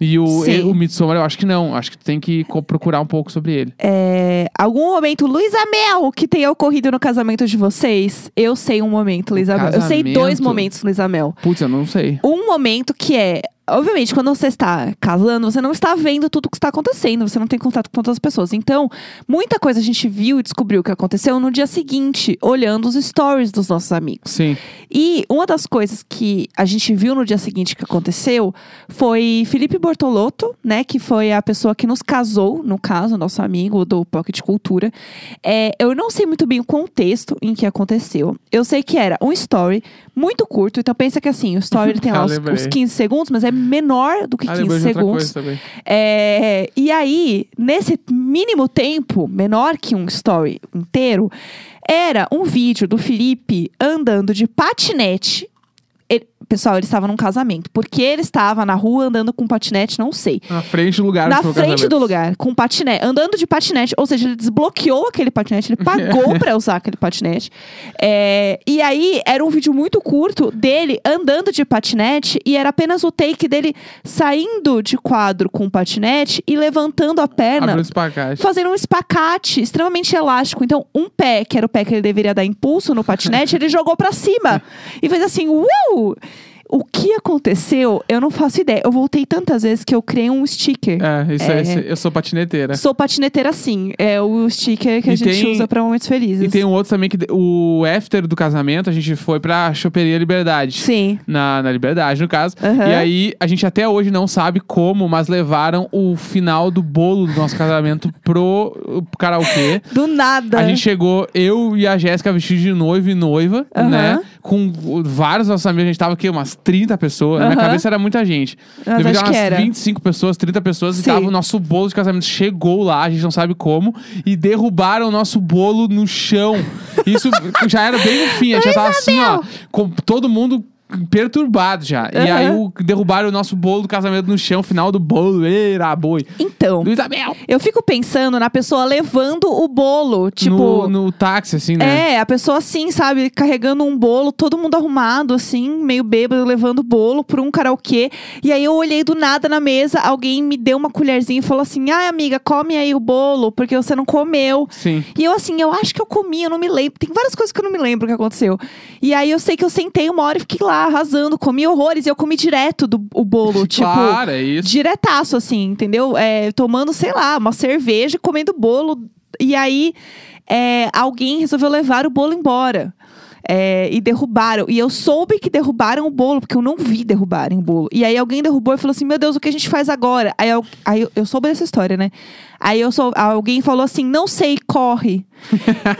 S2: E o,
S1: Sim.
S2: e- o Midsommar, eu acho que não. Acho que tu tem que co- procurar um pouco sobre ele.
S1: É, algum momento, Luísa Mel, que tenha ocorrido no casamento de vocês? Eu sei um momento, Luísa Mel. Eu sei
S2: casamento?
S1: dois momentos, Luísa Mel.
S2: Putz, eu não sei.
S1: Um momento que é. Obviamente, quando você está casando, você não está vendo tudo o que está acontecendo, você não tem contato com todas as pessoas. Então, muita coisa a gente viu e descobriu que aconteceu no dia seguinte, olhando os stories dos nossos amigos.
S2: Sim.
S1: E uma das coisas que a gente viu no dia seguinte que aconteceu foi Felipe Bortolotto, né? Que foi a pessoa que nos casou, no caso, nosso amigo do Pocket Cultura. É, eu não sei muito bem o contexto em que aconteceu. Eu sei que era um story muito curto. Então pensa que assim, o story ele tem lá
S2: *laughs* Ah,
S1: os,
S2: lembrei.
S1: os 15 segundos, mas é menor do que
S2: Ah,
S1: 15
S2: lembrei de outra
S1: segundos.
S2: coisa também.
S1: É, e aí, nesse mínimo tempo, menor que um story inteiro, era um vídeo do Felipe andando de patinete. Ele- pessoal, ele estava num casamento. Porque ele estava na rua andando com patinete, não sei.
S2: Na frente do lugar.
S1: Na
S2: onde foi o
S1: frente
S2: casamento.
S1: do lugar, com patinete, andando de patinete, ou seja, ele desbloqueou aquele patinete, ele
S2: *laughs*
S1: pagou pra usar aquele patinete. É, e aí era um vídeo muito curto dele andando de patinete e era apenas o take dele saindo de quadro com o patinete e levantando a perna
S2: Abriu esse pacote.
S1: fazendo um espacate extremamente elástico. Então, um pé, que era o pé que ele deveria dar impulso no
S2: *laughs*
S1: patinete, ele jogou pra cima e fez assim, uau! O que aconteceu? Eu não faço ideia. Eu voltei tantas vezes que eu criei um sticker.
S2: É, isso
S1: É.
S2: é. isso é- eu sou patineteira.
S1: Sou patineteira sim. É o sticker que a
S2: E
S1: gente
S2: tem-
S1: usa pra momentos felizes.
S2: E tem um outro também que. O after do casamento, a gente foi pra Choperia Liberdade.
S1: Sim.
S2: Na, na Liberdade, no caso.
S1: Aham.
S2: E aí, a gente até hoje não sabe como, mas levaram o final do bolo do nosso casamento pro uh, karaokê.
S1: *laughs* Do nada.
S2: A gente chegou, eu e a Jéssica vestidos de noivo e noiva,
S1: Aham.
S2: né? Com o- vários nossos amigos, a gente tava aqui, umas 30 pessoas. né? Na minha
S1: Aham.
S2: cabeça era muita gente.
S1: Mas
S2: Devia ter
S1: acho que
S2: umas
S1: era.
S2: 25 pessoas, 30 pessoas, e
S1: Sim.
S2: tava o nosso bolo de casamento. Chegou lá, a gente não sabe como, e derrubaram o nosso bolo no chão. Isso já era bem no fim, a gente já tava assim, ó, com todo mundo perturbado já. E aí
S1: Aham.
S2: o- derrubaram o nosso bolo do casamento no chão, final do bolo, era boi.
S1: Então,
S2: Luiz Abel!
S1: eu fico pensando na pessoa levando o bolo. Tipo.
S2: no, no táxi, assim, né?
S1: É, a pessoa assim, sabe, carregando um bolo, todo mundo arrumado, assim, meio bêbado, levando o bolo por um karaokê. E aí eu olhei do nada na mesa, alguém me deu uma colherzinha e falou assim: ai, amiga, come aí o bolo, porque você não comeu.
S2: Sim.
S1: E eu, assim, eu acho que eu comi, eu não me lembro. Tem várias coisas que eu não me lembro que aconteceu. E aí eu sei que eu sentei uma hora e fiquei lá arrasando, comi horrores, e eu comi direto do o bolo. tipo,
S2: Claro, é isso.
S1: diretaço, assim, entendeu? É, tomando, sei lá, uma cerveja e comendo bolo. E aí, é, alguém resolveu levar o bolo embora. É, e derrubaram. E eu soube que derrubaram o bolo, porque eu não vi derrubarem o bolo. E aí alguém derrubou e falou assim: Meu Deus, o que a gente faz agora? Aí, eu, aí eu, eu soube dessa história, né? Aí eu sou, alguém falou assim: Não sei, corre.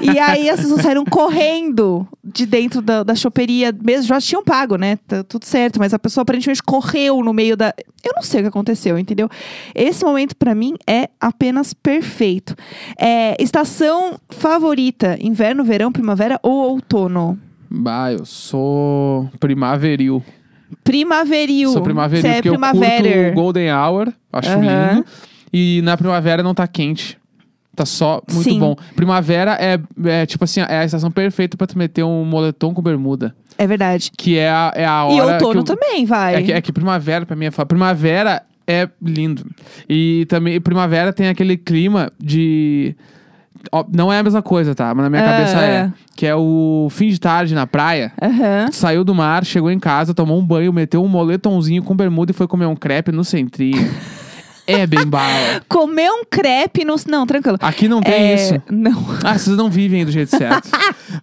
S1: e aí as pessoas saíram correndo de dentro da, da choperia, mesmo já tinham pago, né? Tá tudo certo, mas a pessoa aparentemente correu no meio da. Eu não sei o que aconteceu, entendeu? Esse momento pra mim é apenas perfeito. É, estação favorita: inverno, verão, primavera ou outono?
S2: Bah, eu sou primaveril.
S1: Primaveril.
S2: Sou primaveril,
S1: Você é
S2: porque eu
S1: primavera.
S2: curto o Golden Hour, acho
S1: Aham.
S2: lindo. E na primavera não tá quente. Tá só muito
S1: Sim.
S2: bom. Primavera é, é tipo assim, é a estação perfeita pra tu meter um moletom com bermuda.
S1: É verdade.
S2: Que é a, é a hora.
S1: E outono
S2: que eu-
S1: também, vai.
S2: É que, é que primavera, pra mim, é fa- Primavera é lindo. E também, primavera tem aquele clima de. ó, não é a mesma coisa, tá? Mas na minha
S1: É,
S2: cabeça é.
S1: é.
S2: Que é o fim de tarde na praia.
S1: Aham.
S2: Saiu do mar, chegou em casa, tomou um banho, meteu um moletomzinho com bermuda e foi comer um crepe no centrinho.
S1: *laughs*
S2: é bem bala.
S1: Comer um crepe no... Não, tranquilo.
S2: Aqui Ah, não tem
S1: É,
S2: isso.
S1: Não. *laughs*
S2: Ah, vocês não vivem do jeito certo.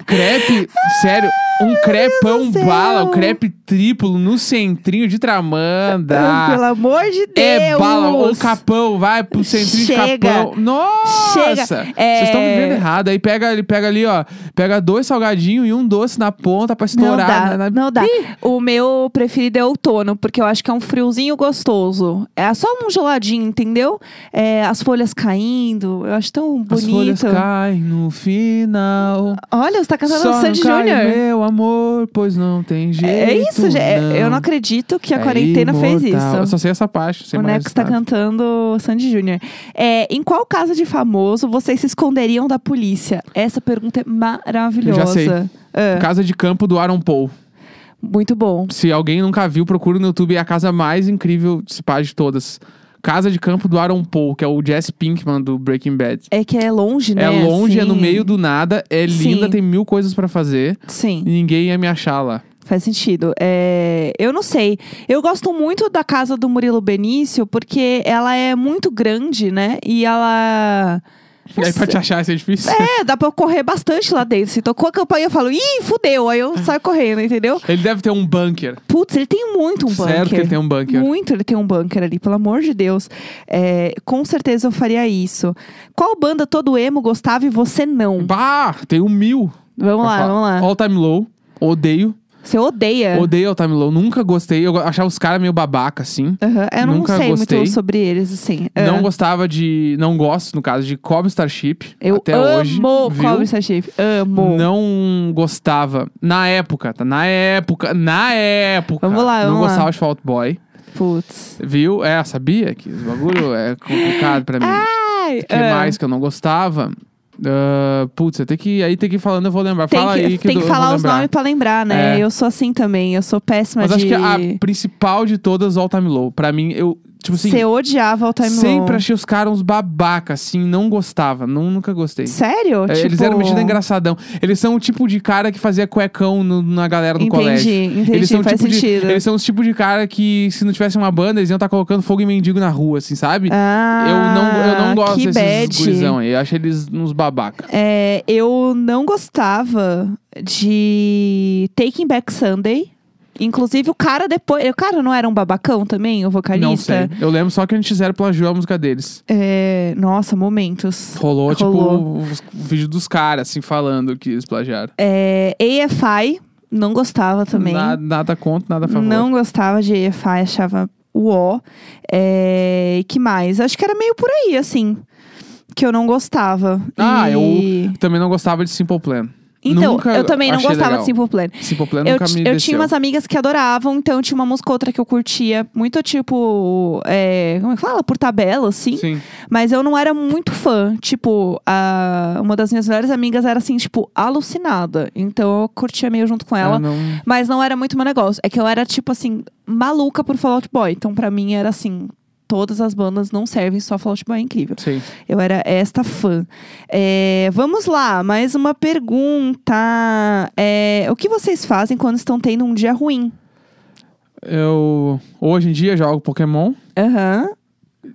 S2: crepe, sério, um crepão
S1: do céu.
S2: bala, um crepe triplo no centrinho de
S1: Pelo
S2: Tramanda.
S1: amor de Deus.
S2: É bala, ou capão, vai pro centrinho de
S1: Chega.
S2: capão. Nossa!
S1: Chega.
S2: Vocês estão
S1: É.
S2: vivendo errado. Aí pega, ele pega ali, ó, pega dois salgadinhos e um doce na ponta pra
S1: Não
S2: estourar. né?
S1: dá,
S2: na- na-
S1: não dá. O meu preferido é outono, porque eu acho que é um friozinho gostoso. É só um geladinho, entendeu? É, as folhas caindo, eu acho tão
S2: As folhas
S1: bonito.
S2: caem no final.
S1: Olha, você tá cantando
S2: Só
S1: Sandy
S2: não cai
S1: Júnior.
S2: meu amor, pois não tem jeito.
S1: É isso, gente. É, Eu não
S2: não.
S1: acredito que a
S2: É
S1: quarentena fez
S2: imortal. Eu
S1: isso.
S2: só sei essa parte. Sem
S1: O
S2: mais
S1: Neco tá está
S2: nada.
S1: cantando Sandy Júnior. É, em qual caso de famoso vocês se esconderiam da polícia? Essa pergunta é maravilhosa.
S2: Eu já sei.
S1: Ah,
S2: Casa de Campo do Aaron Paul.
S1: muito bom.
S2: Se alguém nunca viu, procura no YouTube. É a casa mais incrível de se pá, de todas. Casa de Campo do Aaron Paul, que é o Jesse Pinkman do Breaking Bad.
S1: É que é longe, né?
S2: É longe, é no
S1: Assim,
S2: meio do nada, é
S1: Sim.
S2: linda, tem mil coisas pra fazer.
S1: Sim.
S2: E ninguém ia me achar lá. *laughs*
S1: Faz sentido. É, eu não sei. Eu gosto muito da casa do Murilo Benício, porque ela é muito grande, né? E ela.
S2: E aí pra te achar ia ser difícil.
S1: É, dá pra eu correr bastante lá dentro. Se tocou a campainha, eu falo, ih, fudeu. Aí
S2: Ah.
S1: eu saio correndo, entendeu?
S2: Ele deve ter um bunker.
S1: Putz, ele tem muito um bunker.
S2: Certo que ele tem um bunker.
S1: Muito ele tem um bunker ali, pelo amor de Deus. É, com certeza eu faria isso. Qual banda todo emo gostava e você não?
S2: Bah, tem um mil.
S1: Vamos lá, vamos lá. É.
S2: All Time Low. Odeio.
S1: Você odeia.
S2: Odeio All Time Low. Nunca gostei. Eu go- achava os caras meio babaca, assim.
S1: Aham, Eu não
S2: Nunca
S1: sei
S2: gostei.
S1: muito sobre eles, assim. Ah.
S2: Não gostava de. Não gosto, no caso, de Cobb Starship.
S1: Eu
S2: até
S1: amo
S2: hoje. viu?
S1: Cobb Starship. Amo.
S2: Não gostava. Na época, tá? Na época, na época.
S1: Vamos lá,
S2: Não
S1: vamos lá.
S2: gostava de Fault Boy.
S1: Putz.
S2: Viu? É, sabia que esse bagulho é complicado pra mim. O
S1: Ai,
S2: que
S1: ah,
S2: mais que eu não gostava? Ah, putz, tem que, aí tem que ir falando, eu vou lembrar.
S1: Tem
S2: Fala
S1: que,
S2: aí que
S1: tem
S2: eu
S1: que
S2: dou- eu
S1: falar
S2: vou
S1: os
S2: lembrar.
S1: nomes pra lembrar, né?
S2: É.
S1: Eu sou assim também. Eu sou péssima
S2: Mas
S1: de.
S2: acho que ah, a principal de todas, All Time Low. Pra mim, eu, tipo assim,
S1: Você odiava o Time
S2: sempre
S1: Low.
S2: achei os caras uns babaca, assim, não gostava, não, nunca gostei.
S1: Sério?
S2: É,
S1: tipo...
S2: Eles eram metido engraçadão. Eles são o tipo de cara que fazia cuecão no- na galera do
S1: Entendi,
S2: colégio.
S1: entendi,
S2: eles são o
S1: faz
S2: tipo
S1: sentido.
S2: De, eles são os tipo de cara que, se não tivesse uma banda, eles iam estar colocando fogo e mendigo na rua, assim, sabe?
S1: Ah,
S2: eu, não, eu não gosto
S1: que
S2: desses
S1: bad.
S2: gurizão aí. Eu acho eles uns babaca.
S1: É, eu não gostava de Taking Back Sunday. Inclusive, o cara depois. O cara não era um babacão também, o vocalista?
S2: Não sei. Eu lembro só que a gente fizeram plagiou a música deles.
S1: É, nossa, momentos.
S2: Rolou,
S1: Rolou.
S2: tipo, o, o vídeo dos caras, assim, falando que eles plagiaram.
S1: É, AFI, não gostava também.
S2: Nada, nada contra, nada a favor.
S1: Não gostava de EFI, achava o ó. É, que mais? Acho que era meio por aí, assim. Que eu não gostava.
S2: Ah,
S1: E-
S2: eu também não gostava de Simple Plan.
S1: Então,
S2: Nunca
S1: eu também não
S2: achei
S1: gostava
S2: legal.
S1: de Simple Plan.
S2: Simple Plan
S1: Eu,
S2: nunca
S1: ti-
S2: me
S1: eu
S2: desceu.
S1: tinha umas amigas que adoravam, então tinha uma música ou outra que eu curtia. Muito tipo. é, como é que fala? Por tabela, assim.
S2: Sim.
S1: Mas eu não era muito fã. Tipo, a- uma das minhas melhores amigas era assim, tipo, alucinada. Então eu curtia meio junto com ela.
S2: Eu Ah, não-
S1: Mas não era muito meu negócio. É que eu era, tipo assim, maluca por Fallout Boy. Então, pra mim, era assim. Todas as bandas não servem, só Fallout Boy é incrível.
S2: Sim.
S1: Eu era esta fã. É, vamos lá, mais uma pergunta. É, o que vocês fazem quando estão tendo um dia ruim?
S2: Eu hoje em dia jogo Pokémon
S1: Aham.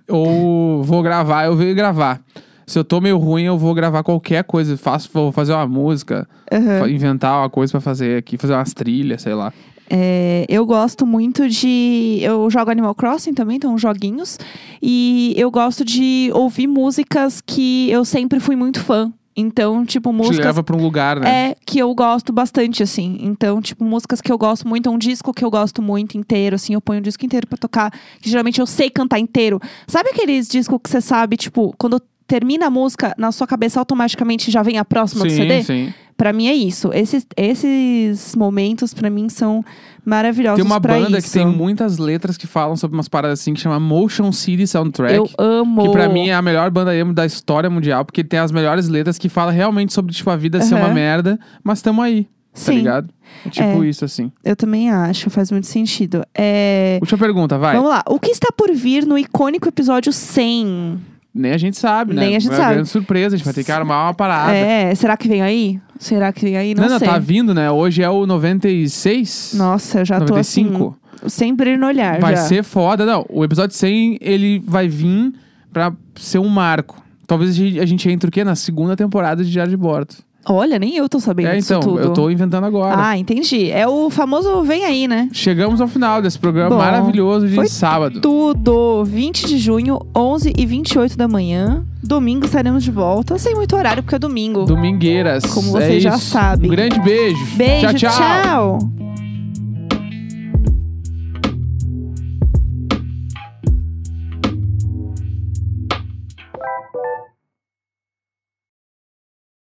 S2: ou vou gravar, eu venho gravar. Se eu tô meio ruim, eu vou gravar qualquer coisa. Faço, vou fazer uma música,
S1: aham.
S2: fa- inventar uma coisa pra fazer aqui, fazer umas trilhas, sei lá.
S1: É, eu gosto muito de. Eu jogo Animal Crossing também, então joguinhos. E eu gosto de ouvir músicas que eu sempre fui muito fã. Então, tipo,
S2: Te
S1: músicas
S2: leva pra um lugar, né?
S1: É, que eu gosto bastante, assim. Então, tipo, músicas que eu gosto muito, um disco que eu gosto muito inteiro, assim, eu ponho o disco inteiro pra tocar, que geralmente eu sei cantar inteiro. Sabe aqueles discos que você sabe, tipo, quando termina a música, na sua cabeça automaticamente já vem a próxima
S2: sim,
S1: do CD?
S2: sim.
S1: Pra mim é isso. Esses, esses momentos, pra mim, são maravilhosos
S2: Tem uma
S1: pra
S2: banda
S1: isso.
S2: que tem um muitas letras que falam sobre umas paradas assim que chama Motion City Soundtrack.
S1: Eu amo.
S2: Que pra mim é a melhor banda emo da história mundial, porque tem as melhores letras que fala realmente sobre, tipo, a vida ser
S1: Aham.
S2: uma merda, mas tamo aí, tá
S1: Sim,
S2: ligado? É tipo isso, assim.
S1: eu também acho. Faz muito sentido. É...
S2: Última pergunta, vai.
S1: Vamos lá. O que está por vir no icônico episódio 100?
S2: Nem a gente sabe, né?
S1: Nem a gente
S2: é
S1: sabe.
S2: grande surpresa, a gente vai ter que armar uma parada.
S1: É, será que vem aí? Será que vem aí? Não,
S2: Não, não,
S1: sei.
S2: tá vindo, né? Hoje é o 96.
S1: Nossa, eu já tô
S2: 95.
S1: assim, sem brilho no olhar
S2: Vai
S1: já.
S2: ser foda. Não, o episódio 100, ele vai vir pra ser um marco. Talvez a gente, a gente entre o quê? Na segunda temporada de Diário de Bordo.
S1: Olha, nem eu tô sabendo
S2: é,
S1: disso
S2: então,
S1: tudo.
S2: eu tô inventando agora.
S1: Ah, entendi. É o famoso vem aí, né?
S2: Chegamos ao final desse programa
S1: Bom,
S2: maravilhoso de
S1: foi
S2: sábado.
S1: Tudo. 20 de junho, 11 e 28 da manhã. Domingo estaremos de volta. Sem muito horário, porque é domingo.
S2: Domingueiras.
S1: Como
S2: é
S1: vocês já
S2: isso.
S1: sabem.
S2: Um grande beijo.
S1: Beijo,
S2: tchau. tchau.
S1: tchau.